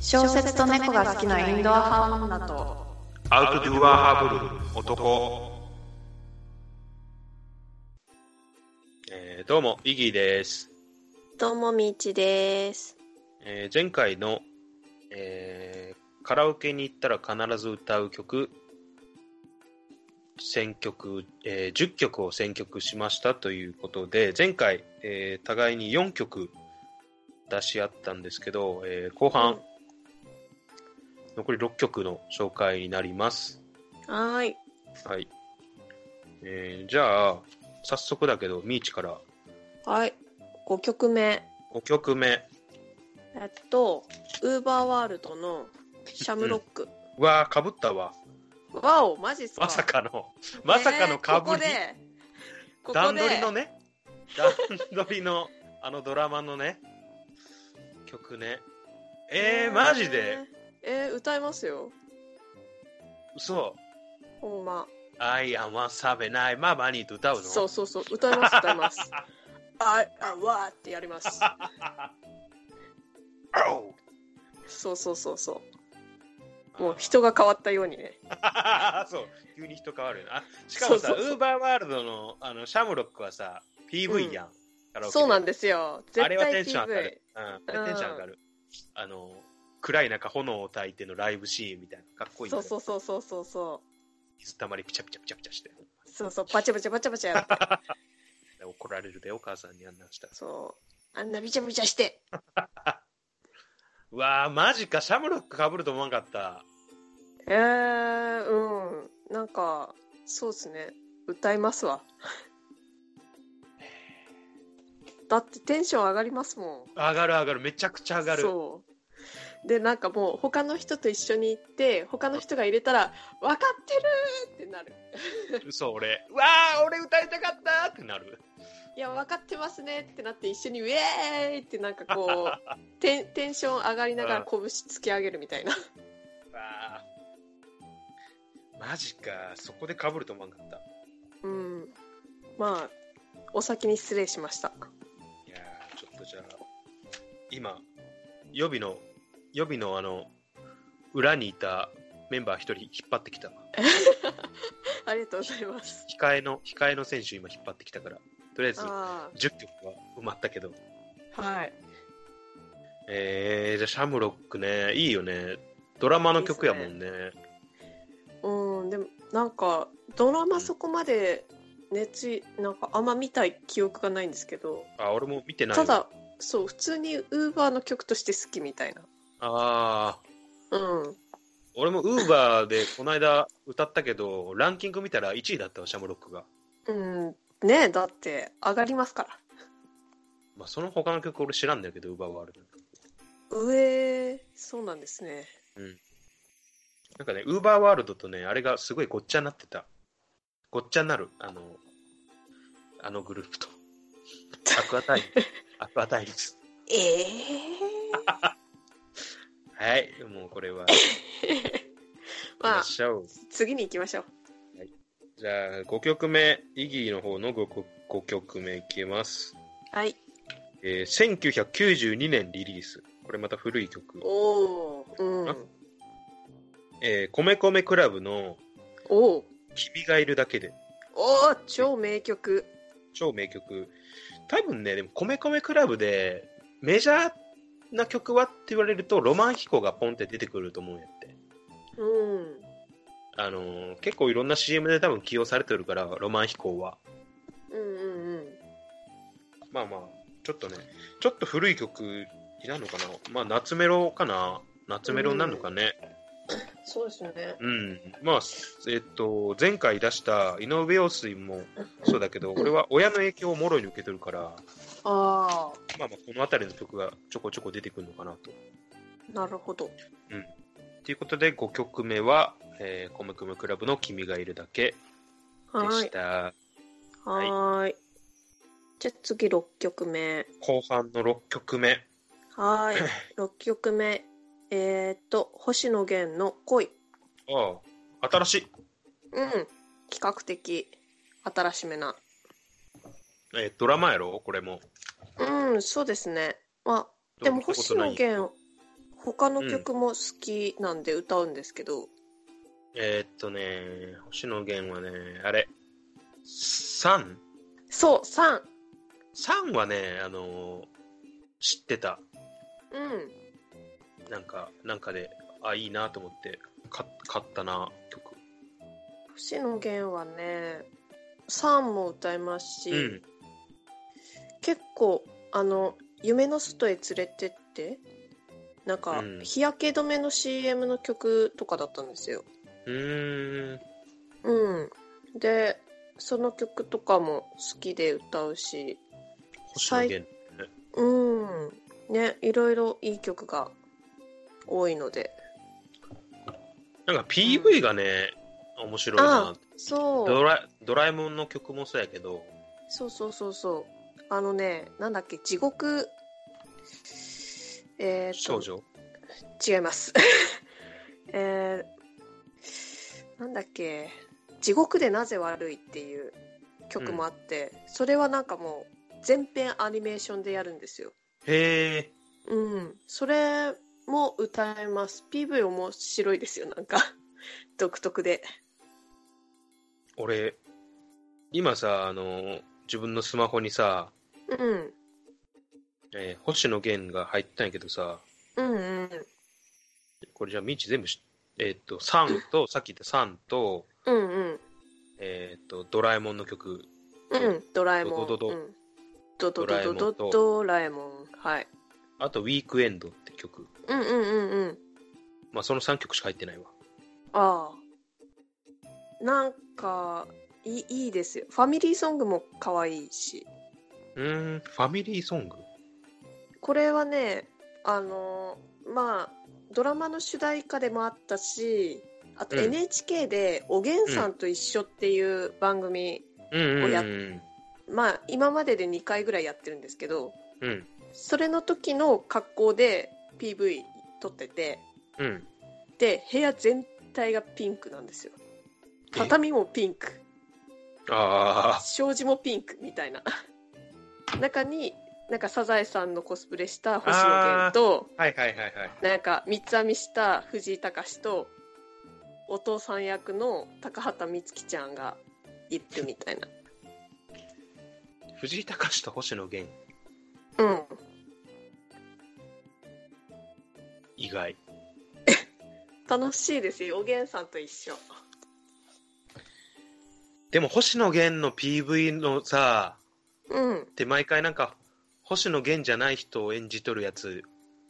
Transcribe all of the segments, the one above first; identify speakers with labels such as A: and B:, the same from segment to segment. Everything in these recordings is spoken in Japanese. A: 小説と猫が好きなインドア派女と
B: アウトドゥアハブル男えーどうもイギーです、
C: どうもみちです。
B: えー前回の、えーカラオケに行ったら必ず歌う曲選曲、えー10曲を選曲しましたということで前回、えー互いに4曲出し合ったんですけど、えー後半、残り6曲の紹介になります
C: はーい。
B: はい。えーじゃあ、早速だけど、ミーチから
C: はい。5曲目。
B: 5曲目。
C: えっと、ウーバーワールドのシャムロック。
B: うわー、かぶったわ。
C: わお、マジっすか
B: まさかの、まさかのかぶり。
C: ねえここで、ここ
B: 段
C: で
B: 取りのね、段取りの、あのドラマのね、曲ね。えー、マジで、
C: えー、歌いますよ。
B: 嘘。
C: ほんま。
B: アイアンワンサベナイマバニーと歌うの
C: そうそうそう。歌います、歌います。 あ、あ、わーってやります。
B: あお
C: そうそうそうそう。もう人が変わったようにね。
B: そう、急に人変わるよな。あしかもさ、ウ
C: そうそうそう
B: ーバーワールドのあのシャムロックはさ、PV やん。カラオケ
C: そうなんですよ。絶
B: あれはテ
C: 対
B: ンション上がる
C: PV。。
B: うん、あれテンション上がる。あの、暗い中炎を焚いてのライブシーンみたいな、かっこいいんだ
C: そう
B: よ。
C: そうそうそうそうそう。
B: 水たまりピチャピチャピチャピチャして。
C: そうそう、バチャバチャバチャバチャ やって。
B: 怒られるで、お母さんにあんなんしたら。
C: そう。あんなびちゃびちゃして。
B: うわー、マジか、シャムロックかぶると思わんかった。
C: えー、うん。なんか、そうっすね。歌いますわ。 だってテンション上がりますもん。
B: 上がる上がる、めちゃくちゃ上がる。
C: そう。で、なんかもう他の人と一緒に行って、他の人が入れたら、分かってるってなる。
B: 嘘、俺。うわー、俺歌いたかったーってなる。
C: いや、分かってますねってなって一緒にウェーイってなんかこ う、テンテンション上がりながら拳突き上げるみたいな。
B: うわー。マジか、そこでかぶると思わんかった。
C: うん。まあ、お先に失礼しました。
B: いやーちょっとじゃあ、今、予備の、予備のあの、裏にいたメンバー一人引っ張ってきたわ。
C: ありがとうございます。
B: 控えの、控えの選手今引っ張ってきたから、とりあえず
C: あ
B: 10曲は埋まったけど。
C: あ、はい。
B: えー、じゃあシャムロックね、いいよね。ドラマの曲やもんね。
C: うん、でも、なんか、ドラマそこまで熱い、なんか、あんま見たい記憶がないんですけど、
B: あ、俺も見てない
C: た
B: わ。
C: だ、そう、普通にウーバーの曲として好きみたいな。
B: あー、
C: うん。
B: 俺もウーバーでこの間歌ったけど、ランキング見たら1位だったわ、シャムロックが。
C: うん、ねえ、だって、上がりますから。
B: まあ、その他の曲俺知らんだけど、ウーバーワールド。
C: 上、そうなんですね。
B: なんかね、ウーバーワールドとね、あれがすごいごっちゃになってた。ごっちゃになる、あの、あのグループと。アクアタイ、アクアタイリス。
C: ええ
B: はい、もうこれは、行き
C: ま
B: ま
C: あ、
B: しょう。
C: 次に行きましょう。
B: じゃあ、5曲目、イギーの方の 5, 曲目いきます。
C: はい。
B: えー1992年リリース。これまた古い曲。
C: おー、う
B: あ
C: ん。
B: えー、米米クラブの
C: おー、
B: 君がいるだけで。
C: おー、超名曲。
B: 超名曲多分ねでも米米クラブでメジャーな曲はって言われるとロマン飛行がポンって出てくると思うんやって
C: うん。
B: あのー結構いろんな CM で多分起用されてるからロマン飛行は
C: うんうんうん。
B: まあまあちょっとねちょっと古い曲になるのかなまあ夏メロかな夏メロになるのかね
C: そうですよね。
B: うん、まあえっと前回出した井上陽水もそうだけど俺は親の影響をもろに受けてるから
C: あ
B: まあまあこの辺りの曲がちょこちょこ出てくるのかなと
C: あ、なるほど。
B: ということで5曲目は「えーコムクムクラブの君がいるだけ」で
C: は
B: し
C: い。
B: た、
C: はーい。じゃあ次6曲目。
B: 後半の6曲目
C: はーい。6曲目。えー、っと、星野源の恋。
B: ああ新しい、
C: うん。比較的新しめな。
B: えードラマやろこれも
C: うん、そうですね。まあ、でも星野
B: どう見たことない
C: 源、他の曲も好きなんで歌うんですけど、
B: えーっとね、星野源はね、あれ、3?3
C: そうサン
B: はね、あのー知ってた。
C: うん
B: なんか、なんかで、あ、いいなと思って、か買ったな、曲。
C: 星野源はねサンも歌いますし、
B: うん。
C: 結構あの夢の外へ連れてってなんか、
B: うん
C: 日焼け止めの CM の曲とかだったんですよ
B: うーん。
C: うんでその曲とかも好きで歌うし
B: 星野源。
C: うんねいろいろいい曲が多いので
B: なんか PV がね、面白い
C: あ
B: な。
C: そう
B: ドラドラえもんの曲もそうやけど、
C: そうそうそうそうあのねなんだっけ地獄えー、
B: 少
C: と
B: 女
C: 違います。えー、なんだっけ「地獄でなぜ悪い」っていう曲もあって、それはなんかもう全編アニメーションでやるんですよ。
B: へえ。
C: うん、それも歌えます。PV 面白いですよなんか独特で。
B: 俺、今さ、あのー、自分のスマホにさ、
C: うん
B: えー星野源が入ったんやけどさ、
C: うんうん
B: これじゃあミーチ全部し、えーっと、サンと、 さっき言ったサンと、
C: うんうん
B: えーっと、ドラえもんの曲。
C: うんドラえもん。
B: ドドド
C: うんドド
B: ドラえ
C: ド
B: もんと
C: ドドドラえもん。はい。
B: あと、ウィークエンドって曲。
C: うんうんうんうん。
B: まあ、その3曲しか入ってないわ。
C: ああなんかいいいいですよファミリーソングも可愛いし
B: うーん、ファミリーソング。
C: これはねあのーまあドラマの主題歌でもあったしあと
B: うん
C: NHK で「おげんさんと一緒」っていう番組、
B: うんうん、
C: おや
B: うん。
C: まあ今までで2回ぐらいやってるんですけど
B: うん。
C: それの時の格好で PV 撮ってて
B: うん。
C: で部屋全体がピンクなんですよ畳もピンク
B: ああ、
C: 障子もピンクみたい な中になんかサザエさんのコスプレした星野源と
B: はいはいはいはい。
C: なんか三つ編みした藤井隆とお父さん役の高畑充希ちゃんがいるみたいな
B: 藤井隆と星野源、
C: うん
B: 意外。
C: 楽しいですよおげんさんと一緒
B: でも、星野源の PV のさ、
C: うん
B: って毎回なんか、星野源じゃない人を演じとるやつ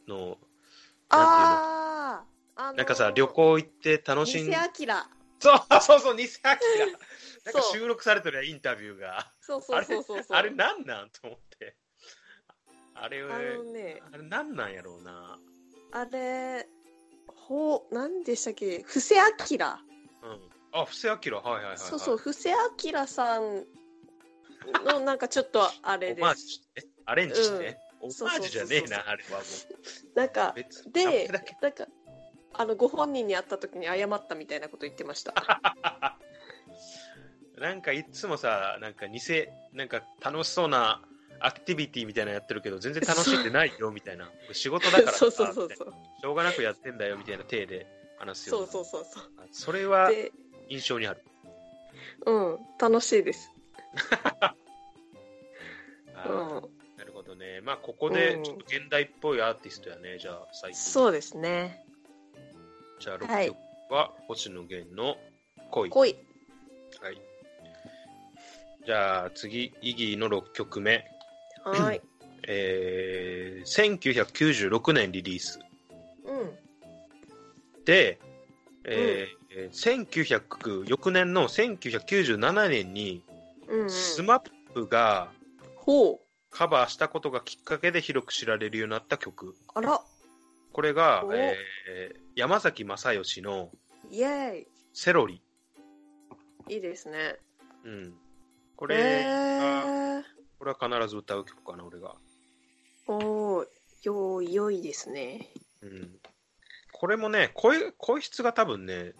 B: の、なんて
C: あーあの
B: いうの
C: ー
B: なんかさ、旅行行って楽し
C: 偽
B: んで。
C: アキラ
B: そうそうそう、偽アキ ラ。なんか
C: そう
B: 収録されてるやんインタビューが。
C: そうそうそうそうそう
B: あれなんなんと思って。あれ、
C: あのね
B: あれなんなんやろうな。
C: あれほう何でしたっけ布施明
B: うん。あ、布施明、はいはいはい、はい。
C: そうそう、布施明さんのなんかちょっとあれ
B: オ
C: で
B: マージュ
C: す。
B: して、アレンジして。オ
C: そうそう
B: マージュじゃねえ
C: そうそう
B: な、あれはも
C: なんか
B: う。、別に
C: で
B: 名前だけ、
C: なんか、あの、ご本人に会った時に謝ったみたいなこと言ってました。
B: なんかいつもさ、なんか偽、なんか楽しそうなアクティビティみたいなのやってるけど、全然楽しんでないよみたいな。仕事だからさ
C: そうそうそう
B: みた
C: そ。
B: いうなしょうがなくやってんだよみたいな体で話すよ
C: そう
B: な。
C: そうそうそう。
B: あそれは
C: で、
B: 印象にある。
C: うん、楽しいです。
B: あ
C: う
B: ー
C: ん、
B: なるほどね。まあ、ここで
C: うん
B: ちょっと現代っぽいアーティストやね、じゃあ、最近。
C: そうですね。
B: じゃあ、
C: は
B: 6
C: い
B: 曲は星野源の恋。
C: 恋。
B: はい。じゃあ、次、イギーの6曲目。
C: はい。
B: えー、1996年リリース。
C: うん。
B: で、えー1900、翌年の1997年に、
C: うん、うん。
B: スマップが
C: ほう。
B: カバーしたことがきっかけで広く知られるようになった曲。
C: あら。
B: これが
C: お、
B: えー山崎正義の
C: イエーイ。
B: セロリ。
C: いいですね。
B: うん。こ
C: え
B: れ、
C: ー。
B: これは必ず歌う曲かな、俺が。
C: おー。よい、良いですね。
B: うん。これもね、声、声質が多分ね、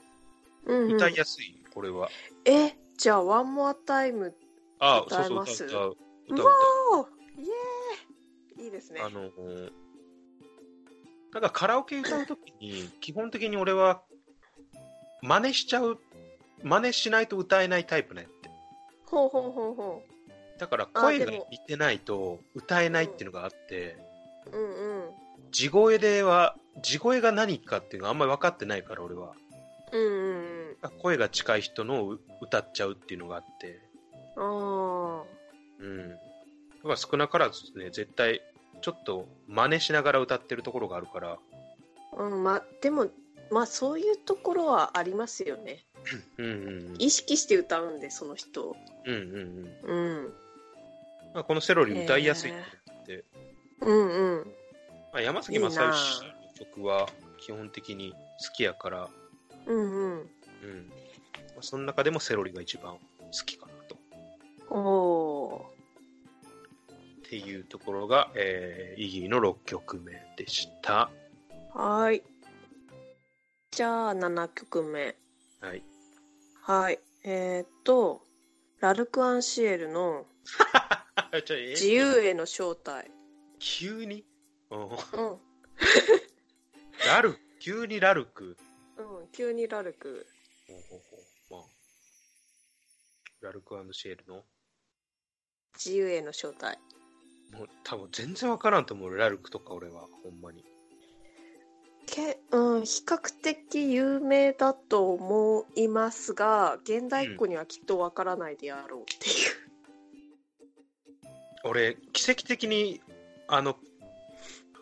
C: うん、うん。
B: 歌いやすい、これは。
C: え、じゃあ、ワンモアタイム
B: あ、そ
C: 歌
B: う
C: え
B: そう、
C: ます
B: 歌う、歌う、歌
C: う
B: う、
C: わおイエーイいいですね
B: あのーなんかカラオケ歌うときに、基本的に俺は、真似しちゃう、真似しないと歌えないタイプねって。
C: ほうほうほうほ
B: だから
C: あ
B: 声が
C: でも
B: 似てないと歌えないっていうのがあって、
C: う。うんうん。
B: 地声では、地声が何かっていうのがあんまり分かってないから俺は。
C: うんうん
B: 声が近い人のを歌っちゃうっていうのがあって。
C: うん。ああ。
B: うん。だから少なからずね、絶対、ちょっと真似しながら歌ってるところがあるから、
C: うん、まあでもまあそういうところはありますよね
B: うんうん
C: 意識して歌うんでその人を
B: うん。うんうんうん。
C: うん
B: まあ、このセロリ歌いやすいって言って、
C: うんうん
B: まあ、山崎まさよしさんの曲は基本的に好きやから、
C: うんうん
B: うん。まあ、その中でもセロリが一番好きかなと。
C: おお
B: っていうところが、えー、イギーの6曲目でした。
C: ーはーいじゃあ7曲目
B: はい。
C: はいえー、っとラルク・アンシエルの
B: じゃあ、え
C: 「
B: ー
C: 自由への招待
B: 急に、うん、」
C: うん、
B: ラルク、急にラルク。
C: うん、急にラルク
B: ほうほうほうまあ、ラルクシエルの、
C: 「自由への招待
B: もう多分全然わからんと思う、ラルクとか俺は、ほんまに。」
C: けうん、比較的有名だと思いますが現代っ子にはきっとわからないであろうっていう
B: 俺、奇跡的に、あの、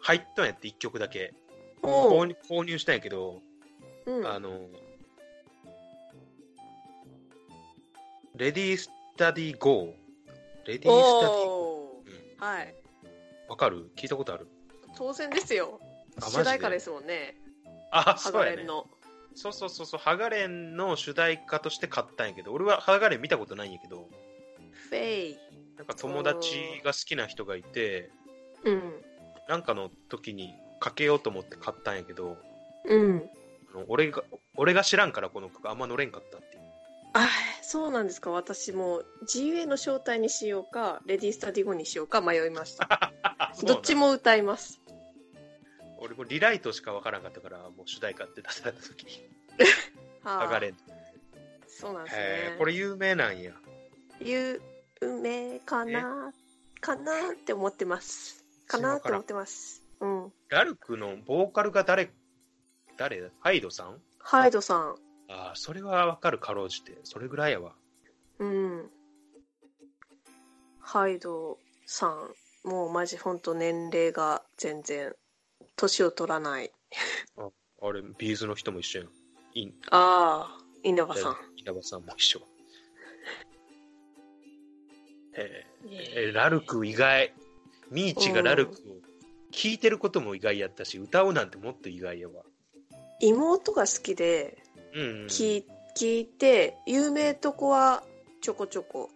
B: 入ったんやって、1曲だけ。
C: お
B: 購
C: う
B: 入購入したんやけど、
C: うん、
B: あの、レディースタディ GO。レディースタディ GO。
C: おーはい
B: わかる聞いたことある
C: 当然ですよ
B: あマジで
C: 主題歌ですもんね
B: あ、
C: ハ
B: そ
C: ガ
B: うや
C: レ
B: ね
C: ン。の
B: そうそうそうそう、ハガレンの主題歌として買ったんやけど、俺はハガレン見たことないんやけど、
C: フェイ
B: なんか友達が好きな人がいて、
C: うん
B: なんかの時にかけようと思って買ったんやけど、
C: うん
B: あの俺が俺が知らんからこの曲あんま乗れんかったっていう。
C: あそうなんですか私も GA の招待にしようかレディースタディゴにしようか迷いましたどっち
B: も。
C: も歌います
B: 俺もリライトしかわからんかったから、もう主題歌 って出された時に、
C: は
B: ハガ
C: い。
B: レン。
C: そうなんです
B: へ
C: ね
B: ーこれ有名なんや。
C: 有名かなかなって思ってますかなって思ってますうん
B: ラルクのボーカルが誰、誰ハイドさん
C: ハイドさん
B: ああ、それはわかる、かろうじて。それぐらいやわ。
C: うん。ハイドさん、もうマジほんと年齢が全然、年を取らない。
B: あれ、ビーズの人も一緒やん。イン、
C: ああ、稲葉さん。
B: 稲葉さんも一緒。えーえーラルク意外。ミーチがラルクを聞いてることも意外やったし、歌うなんてもっと意外やわ。
C: 妹が好きで、
B: うん、うん。
C: 聞い聞いて、有名とこはちょこちょこ。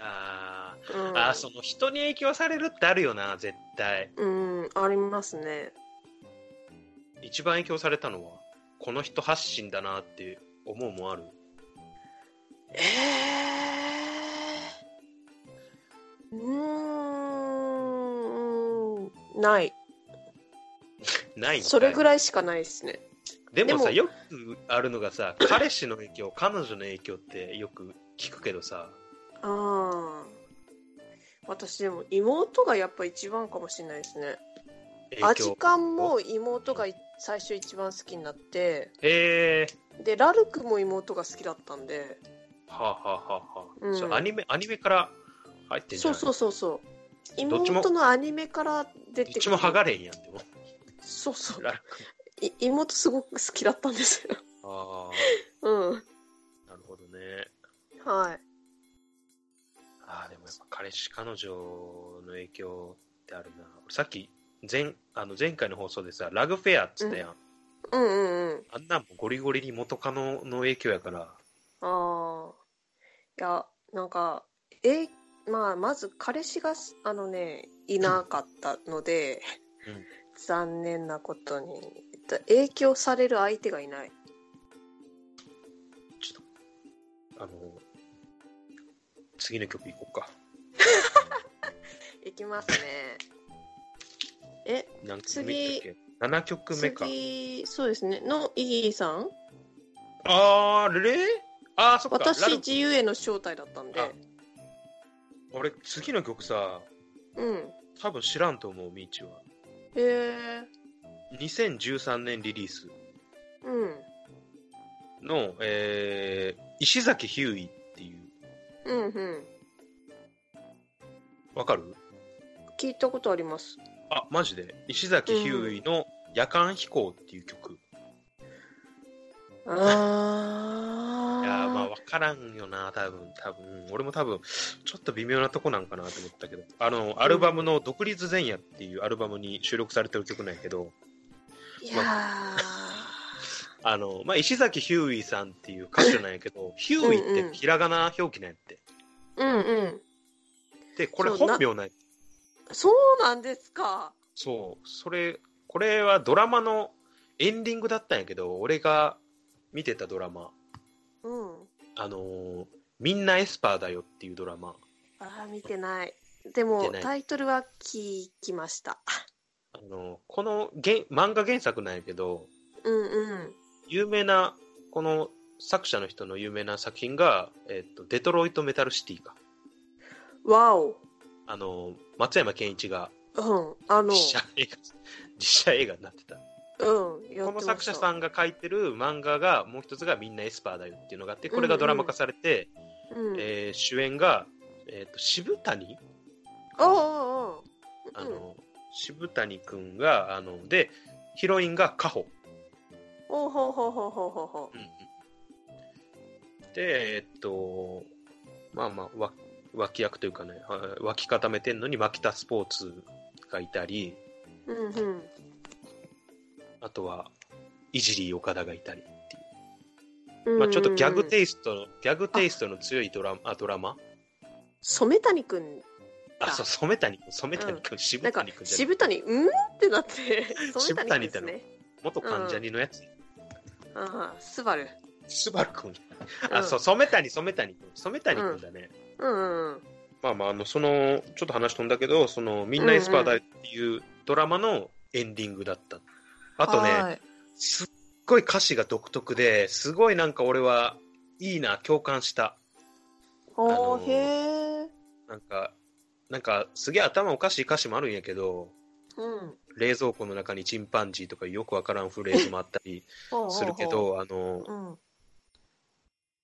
B: あー
C: うん、
B: あー、その人に影響されるってあるよな、絶対。
C: うん、ありますね。
B: 一番影響されたのは、この人発信だなって思うもんある。
C: ええうーん、ない。
B: ないんかい
C: それぐらいしかないですね。
B: でもさ
C: でも
B: よくあるのがさ彼氏の影響彼女の影響ってよく聞くけどさ
C: ああ私でも妹がやっぱ一番かもしれないですねア
B: 影
C: ジ
B: 響
C: カンも妹がい最初一番好きになって
B: えー、
C: でラルクも妹が好きだったんで
B: はあ、はあはあはあ
C: うん
B: そうアニメアニメから入ってんじゃ
C: そ
B: な
C: う
B: い
C: そうそうそう
B: どっちも
C: 妹のアニメから出
B: ど
C: て
B: っちも剥がれんやんでも
C: そうそう
B: ラル
C: い妹すごく好きだったんですよ
B: あ
C: うん
B: あなるほどね
C: はい
B: ああでもやっぱ彼氏彼女の影響ってあるな俺さっき前あの前回の放送でさラグフェアっつったやん、
C: うんうんうん
B: あんなんもゴリゴリに元カノの影響やから
C: ああいやなんかえまあまず彼氏がすあのねいなかったので、
B: うん
C: 残念なことにだ影響される相手がいない
B: ちょっと、あの、次の曲いこうか。
C: いきますねえ
B: 何曲目
C: 次
B: いったっけ7曲目か。
C: 次、そうですね。のイギーさん。
B: あーれあー、そっか。ラ
C: 私、
B: ル
C: 自由への招待だったんで。
B: あ俺、次の曲さ、
C: うん。
B: 多分知らんと思う、みーちは。
C: へえ。
B: 2013年リリース
C: うん。
B: の、えー、石崎ひゅーいっていう。
C: うんうん。
B: わかる
C: 聞いたことあり ます。
B: あ、マジで。石崎ひゅーいの夜間飛行っていう曲。
C: ああ。
B: いやーまあ分からんよな、多分多分俺も多分ちょっと微妙なとこなんかなと思ったけど、あの、アルバムの独立前夜っていうアルバムに収録されてる曲なんやけど、
C: いや
B: あの、まあ、石崎ひゅーいさんっていう歌手なんやけど、ひゅーいってひらがな表記なんやって。
C: ー。うんうん。
B: で、これ
C: そうな
B: 本名なんや。
C: そうなんですか。
B: そう、それ、これはドラマのエンディングだったんやけど、俺が見てたドラマ、
C: うん。
B: あのーみんなエスパーだよっていうドラマ。
C: ああ、見てない。で
B: 見
C: も
B: てない
C: タイトルは聞きました。
B: あのーこの原漫画原作なんやけど、
C: うんうん。
B: 有名なこの作者の人の有名な作品が、えっとデトロイト・メタル・シティか
C: わお。
B: あの松山ケンイチが
C: うん。あの、
B: 実写映画実写映画になってた
C: うん。やって
B: この
C: ました
B: 作者さんが書いてる漫画がもう一つが「みんなエスパーだよ」っていうのがあってこれがドラマ化されて、
C: うん。
B: えー主演が、えっと渋谷
C: おお
B: あの渋谷くんがあのでヒロインがカホ
C: おおおほうほうほうほうほうほ
B: うんうんで、えっと、まあまあ、わ脇役というかね、あ脇固めてんのに、牧田スポーツがいたり、
C: う。うんうん。
B: あとは、イジリー岡田がいたりって
C: うんう
B: い
C: ん
B: う、まあ、ちょっとギャグ
C: イ
B: テイストの、ギャグテイストの強いドラマ、あドラマ
C: 染谷くん
B: あ、そう、染谷君、染谷君、
C: な
B: 渋
C: んか
B: 谷君じゃない
C: 渋谷うんって なって染
B: 渋谷
C: 谷
B: っ
C: く
B: て
C: んですね
B: 元関ジャニのやつ、
C: ああスバル
B: スバル君。
C: う
B: あ、
C: ん
B: そう、染谷、染谷君、染谷君だね。
C: うんうん
B: まあまあ、あの、その、ちょっと話飛んだけど、その、みんなエスパーだよっていうドラマのエンディングだった。あとね、
A: ね
B: すっごい歌詞が独特で、すごいなんか俺は、いいな、共感した。
C: お
B: あの
C: ーへえ
B: なんか、なんか、すげえ頭おかしい歌詞もあるんやけど、
C: うん
B: 冷蔵庫の中にチンパンジーとかよくわからんフレーズもあった りするけど、あの、
C: うん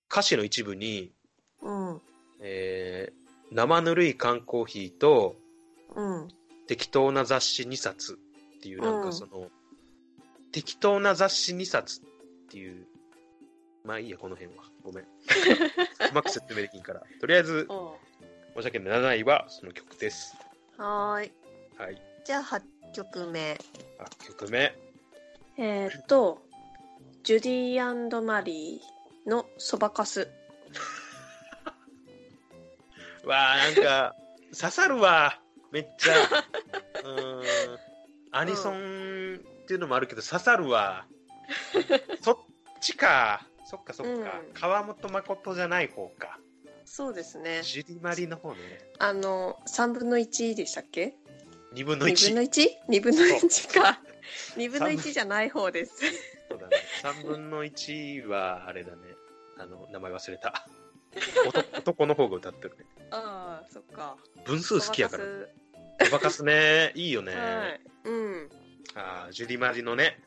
B: 歌詞の一部に、
C: うん
B: えー生ぬるい缶コーヒーと、
C: うん
B: 適当な雑誌2冊っていうなん
C: う
B: か
C: ん
B: その、適当な雑誌2冊っていうまあいいやこの辺はごめん うまく説明できんからとりあえず
C: おう
B: 申し訳ない7位はその曲です
C: はーい
B: はい
C: じゃあ八曲目
B: あ曲目
C: えー、っとジュディーマリーのそばかす
B: わあなんか刺さるわめっ ちゃうーんアニソンっていうのもあるけど刺さるわそっちかそっかそっか、
C: うん
B: 川本誠じゃない方か
C: そうですね
B: ジュディマリの方ね
C: あの三分の一でしたっけ
B: 2分の
C: 二
B: 1
C: 分の一二分の一か二分の一じゃない方です
B: そうだね。3分の1は、あれだね。あの、名前忘れた。男男の方が歌ってるね。
C: ああそっか
B: 分数好きやから。
C: そばか
B: おバカすね。いいよね。
C: すはいうん
B: あージュディ・マリのね。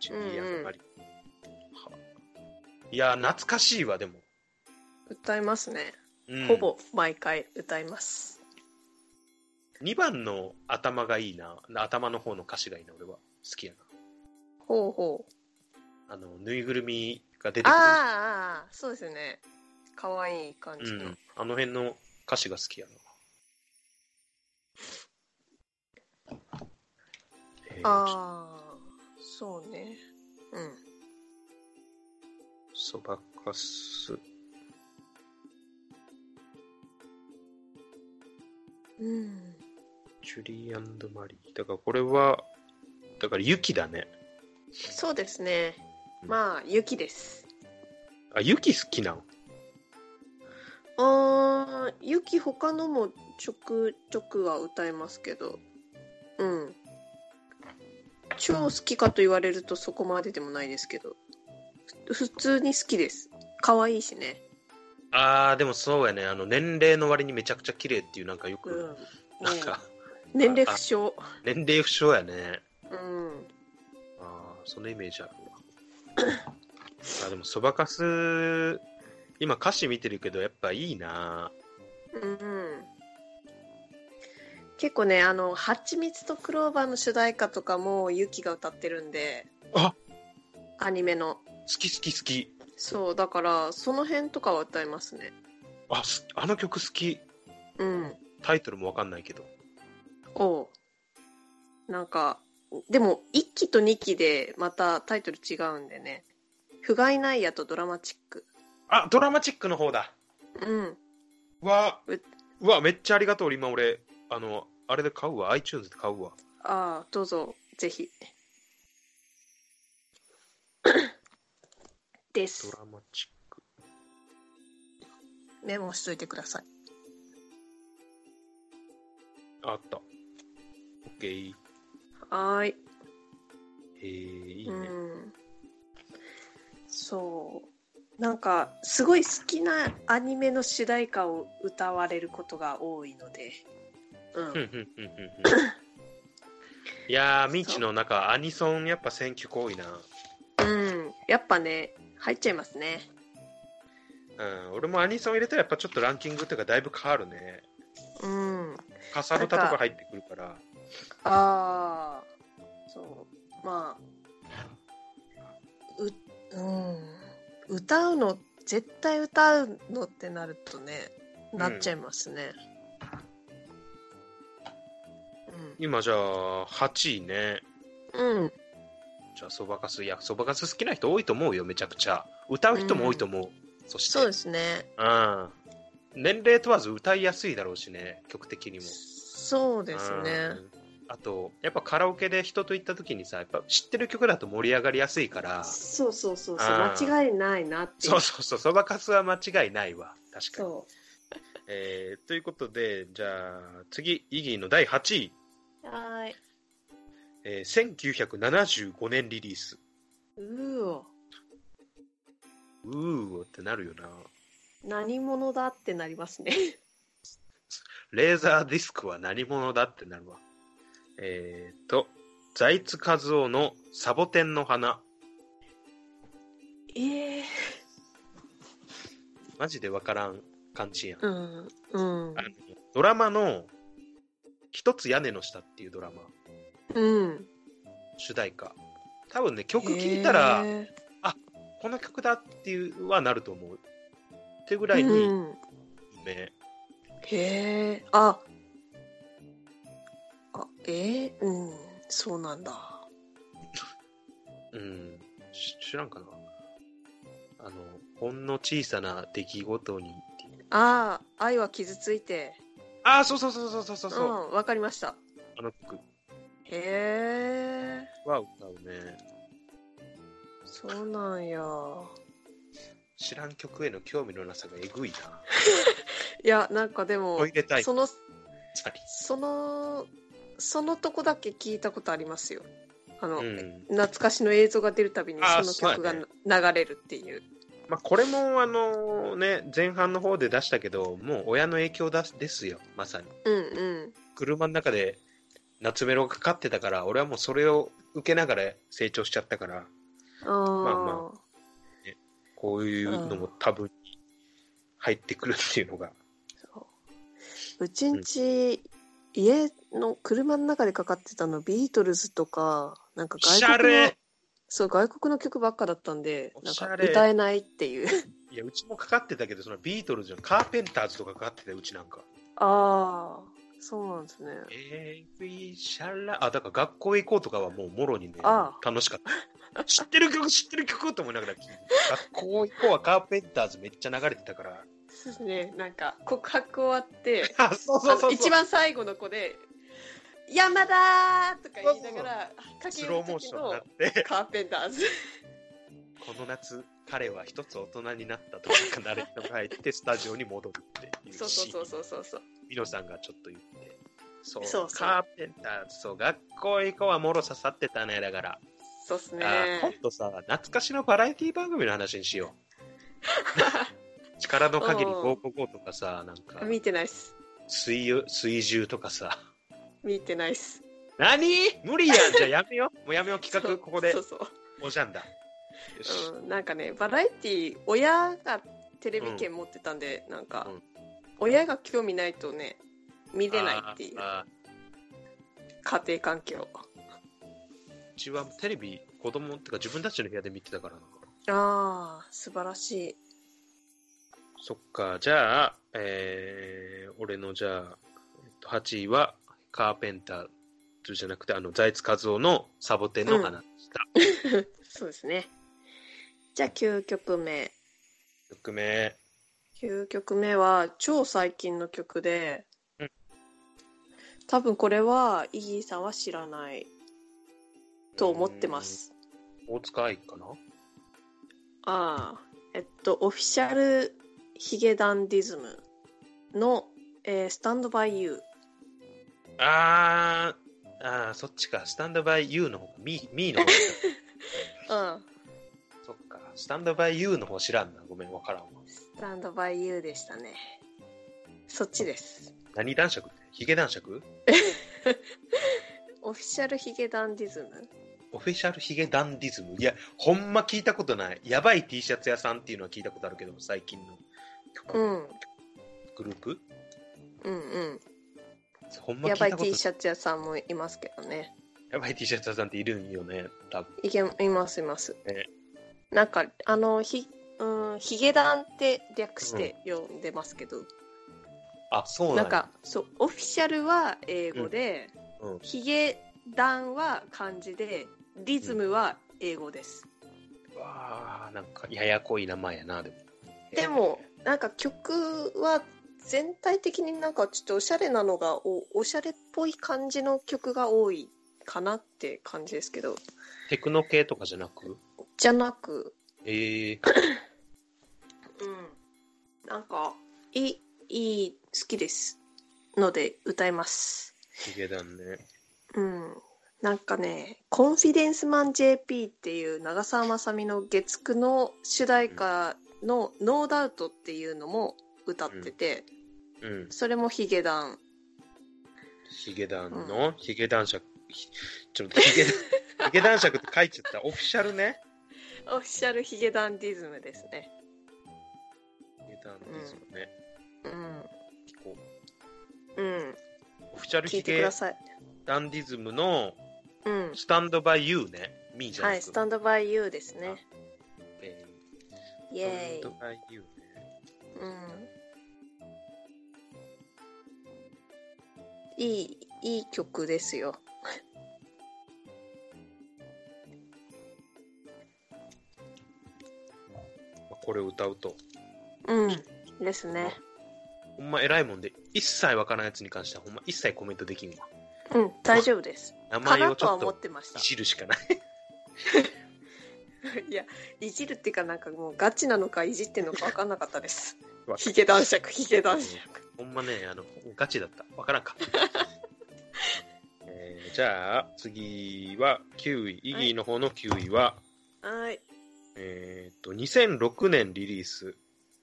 B: ジュディ・アンマリ。はいやー、懐かしいわ、でも。
C: 歌いますね、
B: うん
C: ほ。ぼ毎回歌います
B: 2番の頭がいいな。頭の方の歌詞がいいな、俺は。好きや
C: ほうほう
B: な。あの、ぬいぐるみが出てくる。
C: あーあーあーそうですね可愛い感
B: う
C: じの、
B: ん。あの辺の歌詞が好きやな。えー
C: ああそうねうん
B: そばかす。
C: うん、
B: ジュリーマリー。だからこれは、だから雪だね。
C: そうですね
B: うん
C: まあ雪です
B: あ、雪好きなん
C: あー雪他のもちょくちょくは歌いますけどうん超好きかと言われるとそこまででもないですけどふ普通に好きです可愛いしね
B: ああ、でもそうやね。あの、年齢の割にめちゃくちゃ綺麗っていう、なんかよ
C: うん、
B: く、なんか、
C: うん年齢不詳
B: 年齢不詳やね。
C: うん
B: ああ、そのイメージあるわ。あでも、そばかす、今歌詞見てるけど、やっぱいいな。
C: うん結構ねあの「はちみつとクローバー」の主題歌とかもユキが歌ってるんで
B: あ
C: アニメの
B: 好き好き好き。
C: そうだからその辺とかは歌いますね
B: あ、すあの曲好き。
C: うん
B: タイトルもわかんないけど。
C: おうなんかでも1期と2期でまたタイトル違うんでね「不甲斐ないや」と「ドラマチック
B: あ、ドラマチックの方だ。」
C: うん
B: うわ
C: う、
B: うわ、めっちゃありがとう。今俺、あの、あれで買うわ。iTunes で買うわ。
C: ああどうぞぜひで
B: ド
C: す
B: ラマチック。
C: メモしといてください
B: ああった。オッケー。
C: はーい
B: えー、いいうね。
C: んそうなんかすごい好きなアニメの主題歌を歌われることが多いので、うん
B: ふんふんふんふんふんいやー、ミンチの中、アニソン、やっぱ選曲多いな。
C: うん、やっぱね入っちゃいますね
B: うん、俺もアニソン入れたら、やっぱちょっとランキングというか、だいぶ変わるね。
C: うん
B: かさぶたとか入ってくるから。
C: ああそうまあう、うん、歌うの絶対歌うのってなるとねなっちゃいますね、
B: 今、じゃあ、8位ね。
C: うんうん、
B: じゃあ、そばかす。いや、そばかす好きな人多いと思うよ、めちゃくちゃ。歌う人も多いと思う。そして、
C: そうですね
B: うん。年齢問わず歌いやすいだろうしね、曲的にも。
C: そうですね
B: うん。あと、やっぱカラオケで人と行った時にさ、やっぱ知ってる曲だと盛り上がりやすいから、
C: そうそうそうそう
B: あー
C: 間違いないなってい
B: そううそうそう、そばかすは間違いないわ。確かに。
C: そ
B: えーということで、じゃあ、次、イギーの第8位。
C: うはーい
B: えー1975年リリース。
C: うーお
B: うーおってなるよな。
C: 何者だってなりますね
B: レーザーディスクは何者だってなるわ。えーと、財津和夫のサボテンの花。
C: ええ
B: マジでわからん感じやん。
C: うんうん
B: あのドラマの、一つ屋根の下っていうドラマ、
C: うん
B: 主題歌。多分ね、曲聴いた
C: へ
B: ら、
C: ー
B: この曲だっていうはなると思う。ってぐらいに、
C: うん
B: ね、
C: へえああえー、うんそうなんだ
B: うん、し知らんかな。あの、ほんの小さな出来事にっていう。
C: ああ愛は傷ついて
B: ああ、そうそうそうそうそうそううそう、
C: んわかりました
B: あの曲
C: へえ
B: は歌うね。
C: そうなんや
B: 知らん曲への興味のなさがえぐいな。
C: いやなんかでも
B: トイレタイム
C: その
B: さり
C: そのそのとこだけ聞いたことありますよあの、
B: うん。
C: 懐かしの映像が出るたびに
B: あ
C: そ
B: ー
C: の曲が
B: そう
C: 流れるっていう
B: まあ、これもあのね、前半の方で出したけど、もう親の影響だですよ、まさに。
C: うんうん
B: 車の中で夏メロがかかってたから、俺はもうそれを受けながら成長しちゃったから、
C: あー、
B: まあまこういうのも多分に入ってくるっていうのが。
C: うちんち、家の車の中でかかってたのビートルズとかなんか
B: おしゃ
C: 外国の
B: れ
C: そう外国の曲ばっかだったんで
B: お
C: なん
B: し
C: か
B: ゃれ
C: 歌えないっていう
B: いや、うちもかかってたけど、そのビートルズのカーペンターズとかかかってたようちなんか。
C: ああそうなんですね
B: えー、ビーシャラ。あ、だから学校へ行こうとかはもうもろにね
C: あ、
B: 楽しかった。知ってる曲、知ってる曲と思いながら聞いて、学校行こうはカーペンターズめっちゃ流れてたから。
C: そうですねなんか告白終わって
B: あ、そうそうそうそう。
C: あの一番最後の子で「山田!」とか言いながらかけ
B: ス
C: る
B: ローモー
C: 時
B: ションに
C: の
B: なって、
C: カーペンタ ーズ
B: この夏、彼は一つ大人になったとか、ナレーションが入って、スタジオに戻るっていうシーン。
C: そうそうそうそうそうそう
B: ミノさんがちょっと言って。そう
C: そうそう
B: カーペンターそう学校へ行こうはもろ刺さってたねだから、
C: そうっすね
B: あー今度さ懐かしのバラエティ番組の話にしよう力の限り
C: うん
B: ゴーゴーゴーとかさなんか
C: 見てないっす
B: 水曜水獣とかさ
C: 見てないっす
B: 何無理やんじゃあやめよ うもうやめよう企
C: そ
B: 画
C: う
B: ここで
C: そうそう
B: おじゃんだよし、
C: うん、なんかねバラエティー親がテレビ券持ってたんで、なんか、
B: うん
C: 親が興味ないとね見れないっていう
B: あーあ
C: 家庭環境
B: ーうちはテレビ子供ってか自分たちの部屋で見てたからな
C: ああ素晴らしい
B: そっかじゃあ、えー俺のじゃあえっと8位はカーペンターじゃなくてあの財津和夫のサボテンの花でした、
C: そうですねじゃあ9曲目
B: 曲名
C: 9曲目は超最近の曲で、
B: うん
C: 多分これはイギーさんは知らないと思ってます
B: うん大塚愛かな
C: ああえっとオフィシャルヒゲダンディズムの「えー、スタンドバイユー」
B: あーあーそっちかスタンドバイユーの方かミーミーの方 か
C: うん
B: そっかスタンドバイユーの方知らんなごめんわからんわ
C: スタンドバイユーでしたねそっちです
B: 何男爵ヒゲ男爵
C: オフィシャルヒゲダンディズム
B: オフィシャルヒゲダンディズムいやほんま聞いたことないやばい T シャツ屋さんっていうのは聞いたことあるけど最近の曲、
C: うん
B: グループ
C: うん
B: ほん
C: うん
B: ま聞
C: や
B: いた
C: ば
B: こと
C: い T シャツ屋さんもいますけどね
B: やばい T シャツ屋さんっているんよね、多分。
C: いけいますいます、
B: ね
C: なんかあのひうんヒゲダンって略して呼んでますけど、
B: あ、そう
C: な
B: な
C: んん
B: や
C: かそうオフィシャルは英語で、
B: うん
C: ヒゲダンは漢字でリズムは英語です、
B: うわあなんかややこい名前やな、でも。
C: でもなんか曲は全体的になんかちょっとおしゃれなのがおおしゃれっぽい感じの曲が多いかなって感じですけど
B: えー、テクノ系とかじゃなく
C: じゃなく
B: ええ
C: うんなんかいいいい好きですので歌います
B: ヒゲダンね。
C: うんなんかね「コンフィデンスマン JP」っていう長澤まさみの月9の主題歌の「ノーダウト」っていうのも歌ってて、
B: うん。
C: それもヒゲダン
B: ヒゲダンの、ヒゲ男爵、ひちょっとヒゲ、 ヒゲ男爵って書いちゃった。オフィシャルね。
C: オフィシャルヒゲダンディズムですね。
B: ヒゲダンですよね。
C: うん。
B: 聞こ
C: うん。
B: うオフィシャル
C: 聞
B: ヒ
C: いてく
B: ゲ
C: ださい。
B: ダンディズムの
C: うん。
B: スタンドバイユーね。ミーじゃな
C: は
B: く
C: い、スタンドバイユーですね。
B: えー
C: イ
B: ス
C: エ
B: タ
C: ー
B: ン
C: イ
B: ド。バイユーね。
C: うん。いい、いい曲ですよ。
B: まあこれを歌うと。
C: うん。ですね。
B: ほんま偉いもんで、一切わからんやつに関してはほんま一切コメントできんわ。
C: うん、大丈夫です。
B: 名
C: か
B: 前
C: な
B: をち
C: とは
B: ょっ
C: 思
B: と
C: ってまし
B: い
C: た。
B: じるしかない。
C: いや、いじるっていうか、なんかもうガチなのかいじってんのか分かんなかったです
B: わ。
C: ヒゲ男爵、ヒゲ男爵。
B: ほんまね、あの、ガチだった。わからんか。えーじゃあ、次は9位。イギーの方の9位は、
C: はい。
B: えーっと、2006年リリース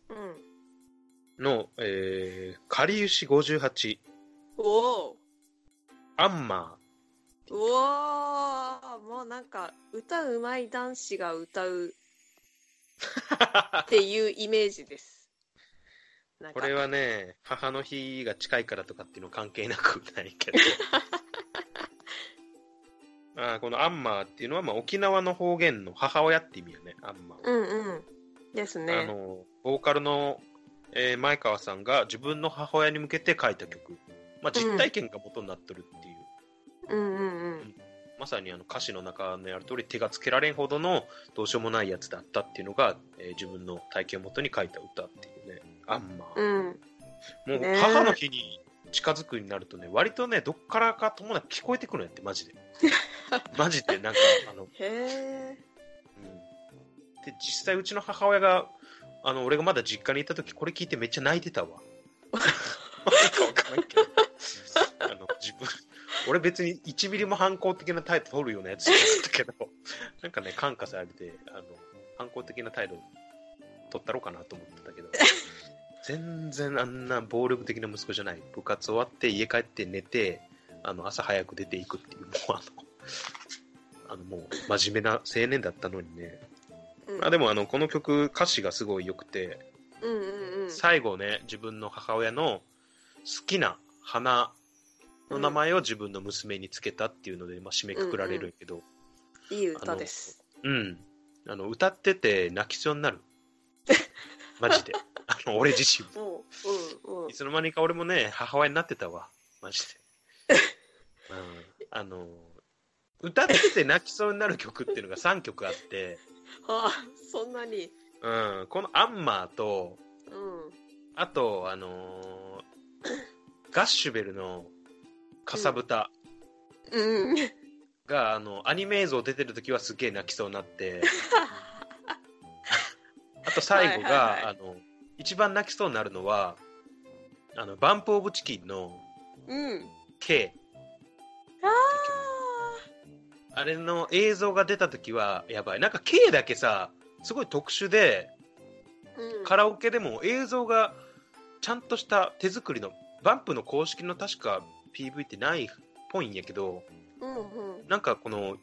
C: うん。
B: の、えー、かりゆし58、
C: おお。
B: アンマ
C: うわーもうなんか歌うまい男子が歌う
B: ー
C: っ。ていうイメージですなん
B: こ
C: か
B: れはね、母の日が近いからとかっていうの関係なくないけど。あーこのアンマーっていうのは、まあ、沖縄の方言の母親って意味よね、アンマーは。
C: うんうんです
B: あ
C: ね
B: のボーカルの、えー前川さんが自分の母親に向けて書いた曲、まあ、
C: うん
B: 実体験が元になってるって
C: う
B: いう、
C: んうんうん
B: まさにあの歌詞の中のやる通り手がつけられんほどのどうしようもないやつだったっていうのが、えー自分の体験を元に書いた歌っていうねあんま、
C: うん
B: もう
C: ねえ
B: 母の日に近づくになるとね割とねどっからかともなく聞こえてくるんやってマジでマジでなんかあの
C: へえ
B: で実際うちの母親があの俺がまだ実家にいた時これ聞いてめっちゃ泣いてたわなんかわからんけどあの自俺別に1ミリも反抗的な態度取るようなやつじゃなかったけど、なんかね、感化されて、あの、反抗的な態度取ったろうかなと思ってたけど、全然あんな暴力的な息子じゃない。部活終わって家帰って寝て、あの、朝早く出ていくっていう、もうあの、あのもう真面目な青年だったのにね。
C: うん
B: あでもあの、この曲歌詞がすごい良くて、
C: うんうんうん
B: 最後ね自分の母親の好きな花の名前を自分の娘につけたっていうので、まあ、締めくくられるんやけど、
C: いい歌です
B: うんあの歌ってて泣きそうにな るマジであの俺自身も
C: もううんうん
B: いつの間にか俺もね母親になってたわマジで、 うん、あの歌ってて泣きそうになる曲っていうのが3曲あって、
C: あそんなに
B: うん、この「アンマー」と
C: うん
B: あ と、あのーガッシュベルのかさぶた
C: うん
B: が、あの、アニメ映像出てる時はすげえ泣きそうにな って、あと最後が、
C: はいはいは
B: あの、一番泣きそうになるのは、あの、バンプ・オブ・チキンの
C: うん
B: K。
C: あ
B: あれの映像が出た時は、やばい。なんか K だけさ、すごい特殊で、
C: ーうん
B: カラオケでも映像がちゃんとした手作りのバンプの公式の確か PV ってないっぽいんやけど
C: うんうん
B: なんかこの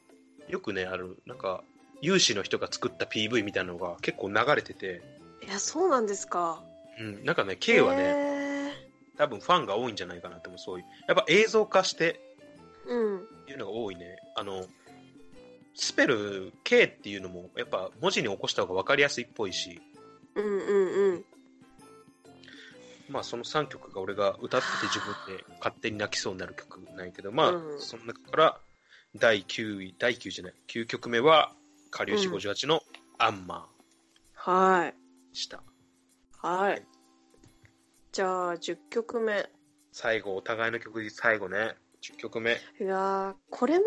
B: よくねあるなんか有志の人が作った PV みたいなのが結構流れてて、
C: いやそうなんですか
B: うん、なんかね K はね
C: ね
B: 多分ファンが多いんじゃないかなと思うそういうやっぱ映像化して
C: うん
B: いうのが多いねあのスペル K っていうのもやっぱ文字に起こした方が分かりやすいっぽいし
C: うんうんうん
B: まあその3曲が俺が歌ってて自分で勝手に泣きそうになる曲なんやけどまあ、
C: うん
B: その中から第9位第9じゃない9曲目は「かりゆし58」の「アンマ
C: はい
B: ー」でした、
C: はいじゃあ10曲目
B: 最後お互いの曲最後ね10曲目
C: いやーこれも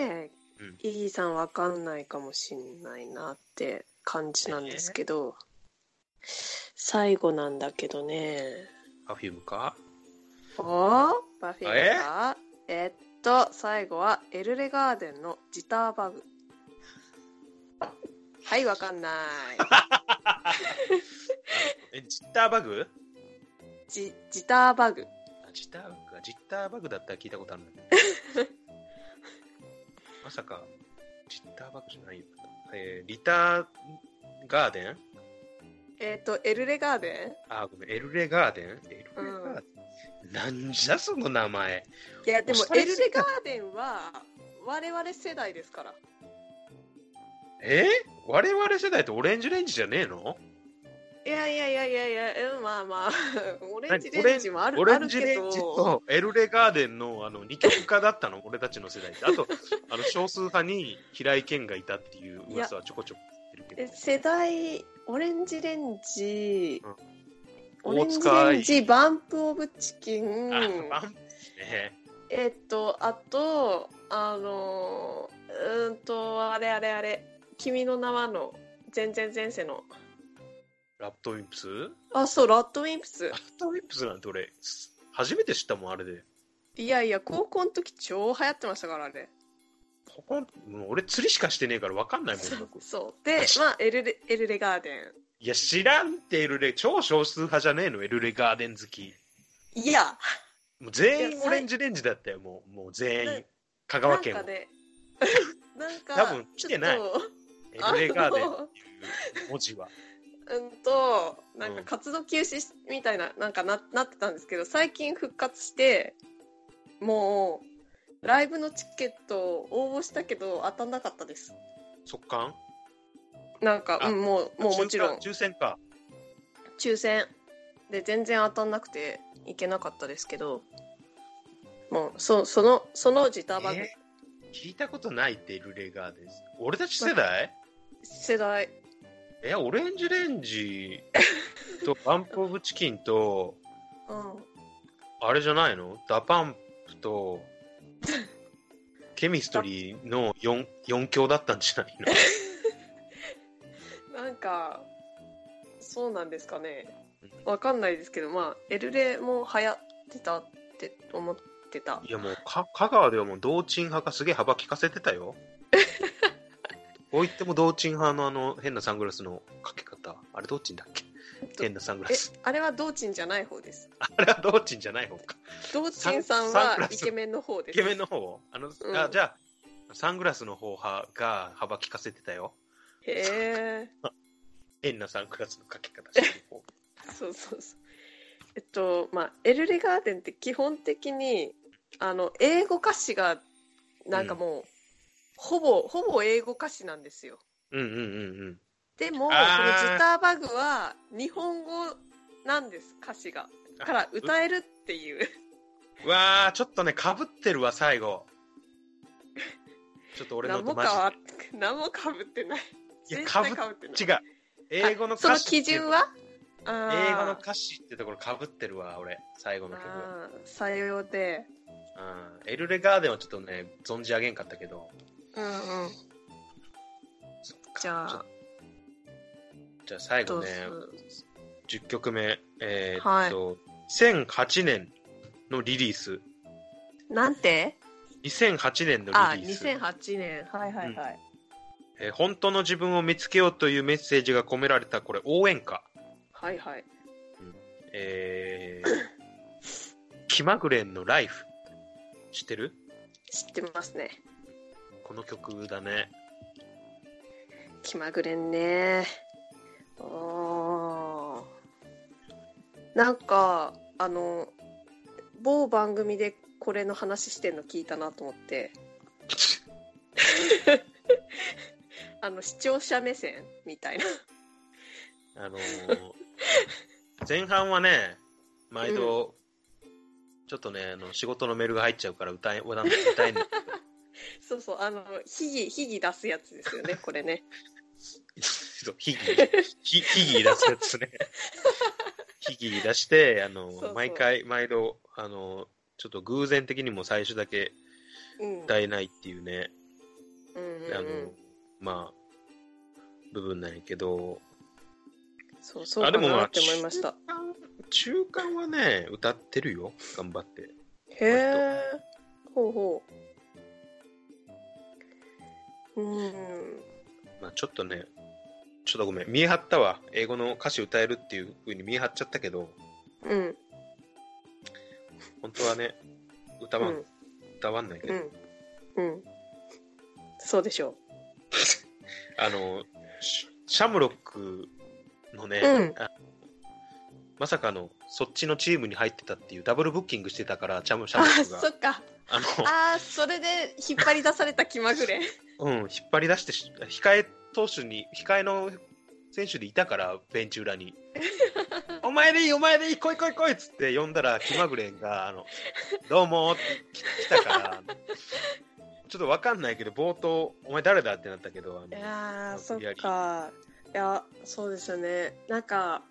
C: ね、
B: うん
C: イギーさんわかんないかもしんないなって感じなんですけど、最後なんだけどね
B: 「Perfume」か
C: おバフィーかえっと最後はエルレガーデンのジターバグはいわかんない
B: えジッターバグ
C: ジジターバグ
B: あジッターバグかジッターバグだったら聞いたことあるんだ まさかジッターバグじゃないよ、えーリターガーデン
C: えっとエルレガーデ
B: あ、ごめん、エルレガーデンエルレガーデン、なんじゃその名前。
C: ンいやでも
B: おしゃれ
C: エ
B: す
C: ル
B: ぎた
C: レガーデンは我々世代ですから
B: え我々世代ってオレンジレンジじゃねえの
C: いやいやいやいやいや、うん、まあまあ、オレンジ
B: 何
C: レンジもある
B: オ
C: あ
B: レ
C: るけ
B: ンジ
C: ど、
B: レンジとエルレガーデンのあの二極化だったの、俺たちの世代って。あと、あの少数派に平井堅がいたっていう噂はちょこちょこ言ってる
C: え世代、オレンジレンジ、
B: うん
C: オレンジ
B: 大塚
C: レ
B: 愛
C: ンジ、バンプ・オブ・チキン、
B: けど。あ、バンプね。
C: えっと、あと、あの、うーんと、あれあれあれ、君の名はの、全然前世の、
B: ラッドウィンプス
C: あ、そう、ラッドウィンプス
B: ラッ。ドウィンプスなんて俺、初めて知ったもん、あれで。
C: いやいや、高校の時超流行ってましたから、あれ。
B: ここ、もう俺釣りしかしてねえから分かんないもん、僕。
C: そう。で、まあ、エルレエルレガーデン。
B: いや、知らんってエルレ、超少数派じゃねえの、エルレガーデン好き。
C: いや、い
B: もう
C: や
B: 全員
C: さい
B: オレンジレンジだったよ、もう、もう全
C: な
B: 員。香川県
C: な
B: は
C: んかね なんか
B: 多分来てない
C: ちょっ
B: エルレガーデン
C: あ
B: って
C: の
B: いう文字は。
C: とうんとなん
B: う
C: か
B: ん
C: 活動休止みたいななんかななってたんですけど最近復活してもうライブのチケットを応募したけど当たんなかったです
B: 速乾
C: なんか、
B: あ
C: うん、もうもうもちろん
B: 抽選か。
C: 抽選で全然当たんなくていけなかったですけどもうそそのそのジタバグ
B: え聞いたことないってエルレガーデン。俺たち世代
C: 世代
B: え、オレンジレン ジとバンプオブチキンと、
C: うん
B: あれじゃないのダパンプと、ケミストリーの 4, 四強だったんじ ゃないの
C: なんかそうなんですかねわかんないですけどまあエルレも流行ってたって思っってた
B: いやもうか香川ではもう同鎮派がすげえ幅利かせてたよこう言っても同鎮派のあの変なサングラスのかけ方あれ同鎮だっけ変なサングラ
C: え
B: ス
C: あれは道珍じゃない方です
B: あれは同鎮じゃない方か
C: 道珍さん
B: サンサング
C: は
B: ラス
C: イケメンの方で
B: イ
C: す
B: ケメンの方あの、
C: うん
B: あじゃあサングラスの方派が幅利かせてたよ
C: へえ
B: 変なサングラスのかけ方してる方
C: そうそうそうえっとまあエルレガーデンって基本的にあの英語歌詞がなんかもう、ほぼほぼ英語歌詞なんですよ
B: うんうんうんうん
C: でもこの
B: あー
C: ジターバグは日本語なんです歌詞がだから歌えるっていう
B: うわーちょっとねかぶってるわ最後ちょっと俺の
C: 何
B: と
C: も
B: マジ
C: かわ何もかぶってない
B: いや
C: 絶対かぶってない
B: 違う英語の
C: あそ
B: 歌
C: の
B: 詞
C: 基
B: っていう
C: 準はあー
B: 英語の歌詞ってところかぶってるわ俺最後の曲
C: あーさようで
B: うんエルレガーデンはちょっとね存じ上げんかったけど
C: うんうん
B: そっか
C: じゃ
B: ちょ
C: あ
B: じゃあ最
C: ど
B: 後
C: う
B: ね
C: す
B: 10曲目えーっと、2008年のリリース
C: なんて
B: 2008年の
C: あ
B: リリース
C: 2008年はいはいはい、
B: えー本当の自分を見つけようというメッセージが込められたこれ応援歌
C: はいはい
B: えー、 気まぐれんのライフ知ってる
C: 知ってますね
B: この曲だね
C: 気まぐれんねおーなんかあの某番組でこれの話してんの聞いたなと思 ってあの視聴者目線みたいな
B: あのー前半はね毎度、ちょっとねあの仕事のメールが入っちゃうから歌え歌え歌えん
C: そうそうあのひぎひぎ出すやつですよねこれね
B: そうひぎひひぎ出すや つねひぎ出してあの
C: そうそう
B: 毎回毎度あのちょっと偶然的にも最初だけ
C: うん
B: 歌えないっていうね、
C: うんうん
B: あ
C: う
B: の
C: ん
B: まあ部分なんやけど
C: そうそう
B: あで
C: か
B: もまあ
C: なって思いました
B: 中間はね歌ってるよ頑張って
C: へえほうほううん
B: まあ、ちょっとね、ちょっとごめん、見え張ったわ。英語の歌詞歌えるっていう風に見え張っちゃったけど、
C: うん
B: 本当はね、歌
C: う
B: わん、
C: ん
B: 歌わんないけ
C: う
B: ど、
C: んうんそうでしょ
B: あの、シシャムロックのね、
C: うん
B: あまさかの、そっちのチームに入ってたっていう、ダブルブッキングしてたから、シャムシ
C: う
B: ャムロ
C: あ
B: ックが
C: そ、っか
B: あ
C: あーそれで引っ張り出された気ま ぐれ
B: の、うん、引っ張り出してし、控え投手に、控えの選手でいたから、ベンチ 裏に。お前でいい、お前でいい、来い来い来いっつって呼んだら、気まぐれんが、あの、どうもーって来たから、ちょっとわかんないけど、冒頭、お前誰だってなったけど、あ
C: い
B: の、
C: やーそ
B: 無理や
C: っ
B: り
C: かいやそうですよねなんか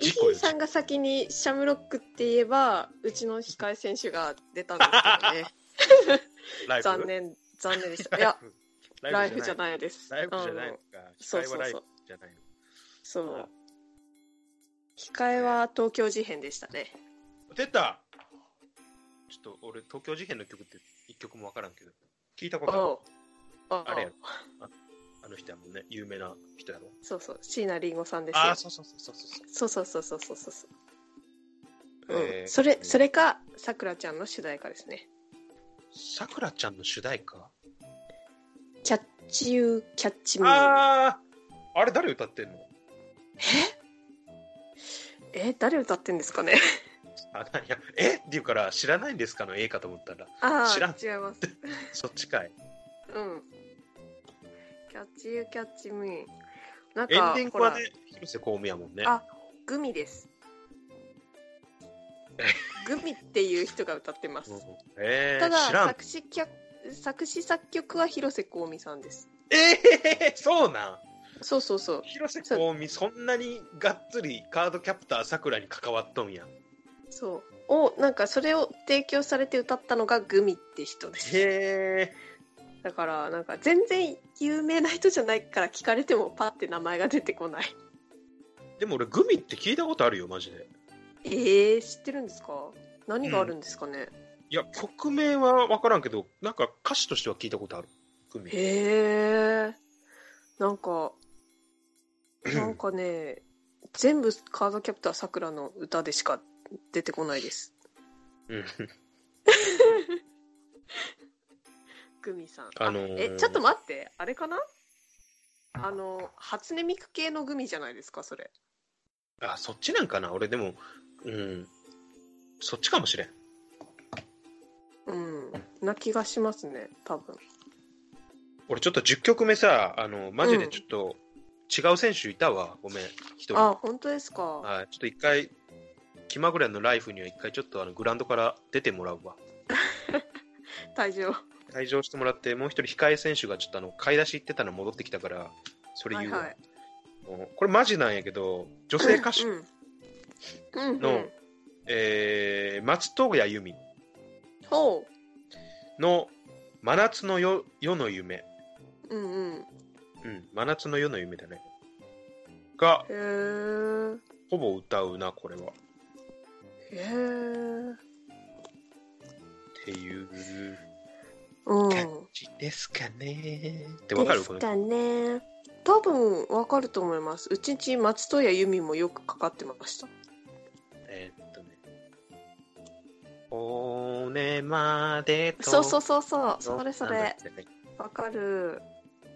C: イ
B: 事
C: ヒ
B: 故
C: ン
B: よ。
C: さんが先にシャムロックって言えばうちの控え選手が出たんですよ ね
B: ライフ
C: 残。念残念でしたい やライフじゃ
B: い。
C: ないです
B: ライフじゃない
C: あ
B: の
C: の
B: か。
C: そう
B: 司会
C: そう
B: はライ
C: そ
B: フ
C: う
B: じゃないの
C: そう控えは東京事変でしたね
B: 出たちょっと俺、東京事変の曲って一曲もわからんけど、聞いたことある。
C: おうおう
B: あれやろあの人はもうね、有名な人やろ。
C: そうそう椎名林檎さんです
B: あ
C: よ
B: あ、そうそうそうそうそう
C: そうそうそうそうそうそうそう
B: そう。
C: うんそれそれかさくらちゃんの主題歌ですね
B: さくらちゃんの主題歌
C: 「キャッチユーキャッチミー
B: あああれ誰歌ってんの」
C: え誰歌ってんですか ね
B: あなんやえって言うから知らないんですかの A かと思ったら
C: あ
B: 知らん
C: あ違います
B: そっちかい
C: うんキャッチユーキャッチミーなん
B: エン
C: か
B: ディン
C: ほ
B: グは
C: ら
B: ね広瀬香美やもんね
C: あグミ ですグミっていう人が歌ってます
B: うんえ
C: た
B: ー、知ら
C: だ
B: ん
C: 作詞脚作詞作曲は広瀬香美さんです
B: えー、そうなん
C: そうそうそう
B: 広瀬香美そんなにがっつりカードキャプターさくらに関わっとんや
C: そうをなんかそれを提供されて歌ったのがグミって人です
B: へえ
C: だからなんか全然有名な人じゃないから聞かれてもパッて名前が出てこない
B: でも俺グミって聞いたことあるよマジで
C: えー、知ってるんですか何があるんですかね、
B: いや、曲名は分からんけど、なんか歌詞としては聞いたことある。曲名。
C: へえ。なんか、なんかね、全部カードキャプターさくらの歌でしか出てこないです。
B: うん
C: グミさん。
B: あのー
C: え、ちょっと待って、あれかなあの、初音ミク系のグミじゃないですか、それ。
B: あ、そっちなんかな俺でも、うん。そっちかもしれん。
C: うん。な気がしますね、多分。
B: 俺ちょっと10曲目さ、あの、マジでちょっと違う選手いたわ。ごめん、一人。
C: あ、本当ですか。
B: はい、ちょっと一回、気まぐれのライフには一回ちょっとあのグラウンドから出てもらうわ。
C: 退場。
B: 退場してもらって、もう一人控え選手がちょっとあの買い出し行ってたの戻ってきたから、それ
C: は
B: 言
C: いう
B: わ。
C: はい。
B: もうこれマジなんやけど、女性歌手、
C: うん。うん、う
B: の
C: ん。
B: えー、松任谷由実
C: ほ
B: の真夏の夜夜の夢、
C: う。うんうん。
B: うん、真夏の夜の夢だね。が、
C: へー
B: ほぼ歌うな、これは。っ
C: へー
B: ていう
C: うん。
B: 感じですかね。ってわか
C: で
B: る
C: す
B: この
C: かね。多分わかると思います。うちんち松任谷由実もよくかかってました。
B: えーっとね。骨までと。
C: そうそうそうそう。それそ
B: なんだ
C: れ
B: っ。けね
C: わかる。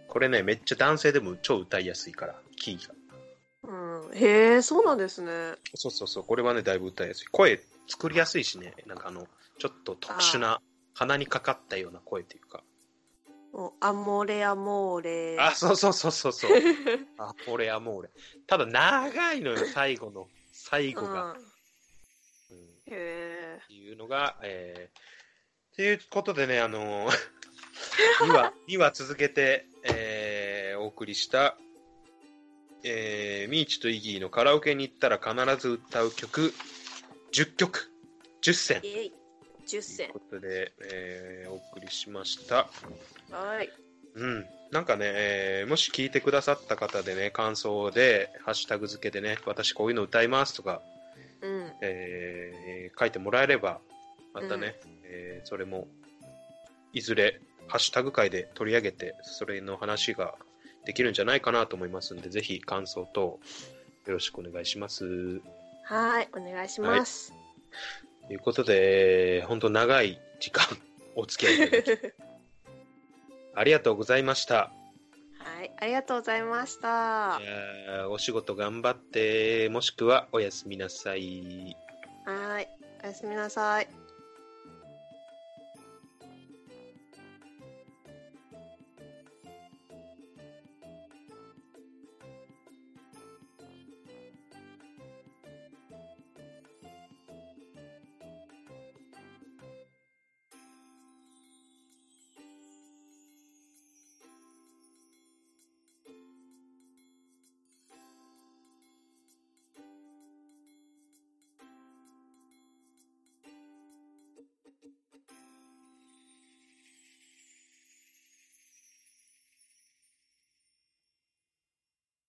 B: これね、めっちゃ男性でも超歌いやすいから、キーが。
C: うん。へえ、そうなんですね。
B: そうそうそう、これはね、だいぶ歌いやすい。声作りやすいしね、なんかあの、ちょっと特殊な、鼻にかかったような声というか。
C: おアモレアモーレ。
B: あ、そうそうそうそう そう。あ、これはもう俺。ただ、長いのよ、最後の。最後が。
C: うん
B: うんっ
C: へえ。
B: ていうのが、えー、っていうことでね、あのー、2話、2話続けて、えー、お送りした、えー、ミーチとイギーのカラオケに行ったら必ず歌う曲、10曲、10選。とい
C: イエイ。10
B: う
C: 選
B: こ。とで、えー、お送りしました。
C: はい。
B: うん、なんかね、えーもし聞いてくださった方でね、感想で、ハッシュタグ付けでね、私こういうの歌いますとか、
C: うん。
B: えー書いてもらえれば、またね、えーそれも、いずれ、ハッシュタグ会で取り上げて、それの話ができるんじゃないかなと思いますんで、ぜひ感想等、よろしくお願いします。
C: はい。お願いします。
B: ということで、本当長い時間、お付き合いいただきありがとうございました。
C: はい。ありがとうございました。はい
B: やーお仕事頑張ってもしくはおやすみなさい。
C: い。おやすみなさい。